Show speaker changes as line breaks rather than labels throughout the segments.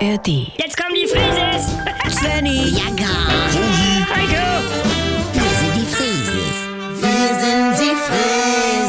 ARD.
Jetzt kommen die Frises!
Svenny.
Jagger.
Heiko!
Wir sind die Frieses. Wir sind die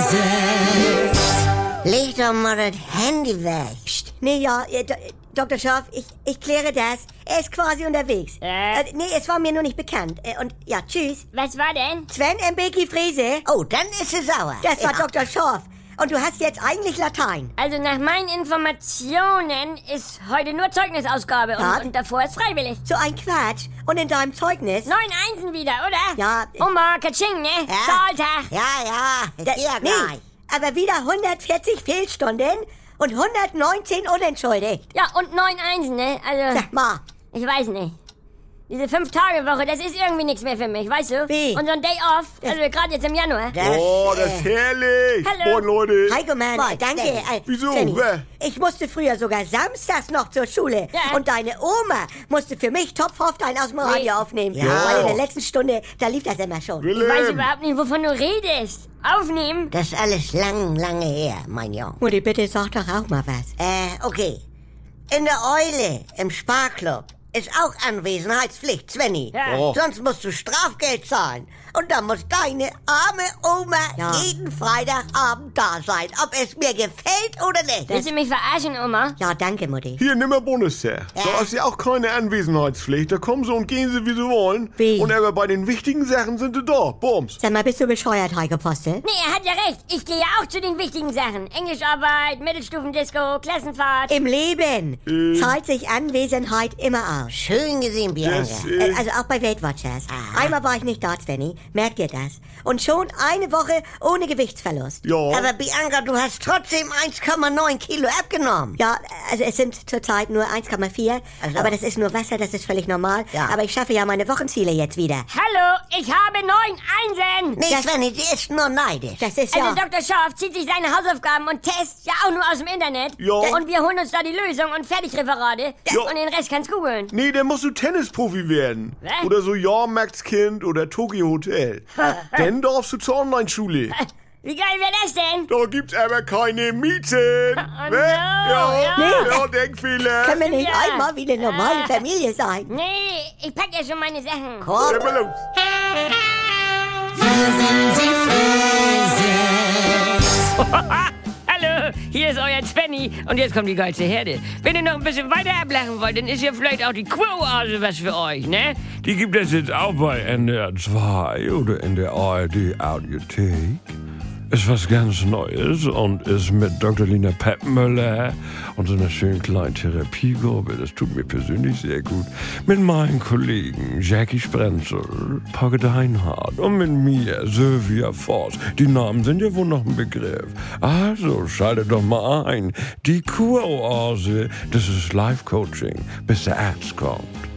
Frieses. Leg doch mal das Handy weg.
Psst. Nee, ja, äh, Do- äh, Dr. Schorf, ich, ich kläre das. Er ist quasi unterwegs.
Äh.
nee, es war mir nur nicht bekannt. Äh, und ja, tschüss.
Was war denn?
Sven Mbeki Friese,
Oh, dann ist sie sauer.
das war
ja.
Dr. Schorf. Und du hast jetzt eigentlich Latein.
Also nach meinen Informationen ist heute nur Zeugnisausgabe
Was?
und, und davor ist freiwillig.
So ein Quatsch. Und in deinem Zeugnis?
Neun Einsen wieder, oder?
Ja. äh,
Oma, Katsching, ne?
Ja.
Zahltag.
Ja, ja.
Oh. Da-
ja,
nee,
gleich.
aber wieder 140 Fehlstunden und 119 unentschuldigt.
Ja, und neun Einsen, ne? Also,
Sag mal,
ich weiß nicht. Diese Fünf-Tage-Woche, das ist irgendwie nichts mehr für mich, weißt du?
Wie?
Und so ein Day Off, also gerade jetzt im Januar.
Das,
Oh, das
äh,
ist herrlich.
Hallo.
Moin, Leute.
Heiko Mann,
Moin,
äh, danke.
Svenny.
äh,
Wieso?
Svenny.
Wer?
Ich musste früher sogar samstags noch zur Schule.
Ja.
Und deine Oma musste für mich Topf Hofstein aus dem Radio aufnehmen.
Ja.
Weil in der letzten Stunde, da lief das immer schon.
Ich weiß
Willem.
überhaupt nicht, wovon du redest. Aufnehmen?
das ist alles lang, lange her, mein Junge.
Mutti, bitte sag doch auch mal was.
Äh, okay. In der Eule, im Sparklub, ist auch Anwesenheitspflicht, Svenny.
Ja.
Oh.
Sonst musst du Strafgeld zahlen. Und dann muss deine arme Oma
Ja.
jeden Freitagabend da sein, ob es mir gefällt oder nicht.
Willst du mich verarschen, Oma?
Ja, danke, Mutti.
Hier, nimm mal Bonus her. Da ist ja auch keine Anwesenheitspflicht. Da kommen sie und gehen sie, wie sie wollen.
Wie?
Und aber bei den wichtigen Sachen sind sie da. Bums.
Sag mal, bist du bescheuert, Heiko Postel?
Nee, er hat ja recht. Ich gehe ja auch zu den wichtigen Sachen. Englischarbeit, Mittelstufendisco, Klassenfahrt.
Im Leben
Äh.
zahlt sich Anwesenheit immer aus.
Schön gesehen, Bianca.
Das,
Äh,
äh,
Also auch bei Weltwatchers. Einmal war ich nicht da, Svenny. Merkt ihr das? Und schon eine Woche ohne Gewichtsverlust.
ja.
Aber Bianca, du hast trotzdem 1,9 Kilo abgenommen.
Ja, also es sind zurzeit nur 1,4.
Also.
Aber das ist nur Wasser, das ist völlig normal.
Ja.
Aber ich schaffe ja meine Wochenziele jetzt wieder.
Hallo, ich habe neun Einsen.
Nee,
Das-
Svenny, die ist nur neidisch.
Das ist
Also
ja...
Dr. Schorf zieht sich seine Hausaufgaben und Tests ja auch nur aus dem Internet.
Ja.
Und wir holen uns da die Lösung und Fertigreferate.
Ja.
Und den Rest kannst googeln.
Nee, dann musst du Tennisprofi werden.
Hä?
Oder so Jahrmarkts Kind oder Tokyo Hotel. dann darfst du zur Online-Schule.
Wie geil wäre das denn?
Da gibt's aber keine Mieten.
Oh,
Hä?
no, ja.
ja,
Nee.
ja, Denkfehler.
Können wir nicht
Ja.
einmal wie eine normale Familie sein?
Nee, ich pack ja schon meine Sachen.
Dann mal los.
Hallo, hier ist euer Svenny und jetzt kommt die geilste Herde. Wenn ihr noch ein bisschen weiter ablachen wollt, dann ist ja vielleicht auch die Quo-Ase was für euch, ne?
Die gibt es jetzt auch bei NDR 2 oder in der ARD Audiothek. Ist was ganz Neues und ist mit Dr. Lina Peppmüller und so einer schönen kleinen Therapiegruppe, das tut mir persönlich sehr gut, mit meinen Kollegen Jackie Sprenzel, Pogge Deinhardt und mit mir Sylvia Voss. Die Namen sind ja wohl noch ein Begriff. Also schaltet doch mal ein. Die Kuroase, das ist Life-Coaching, bis der Arzt kommt.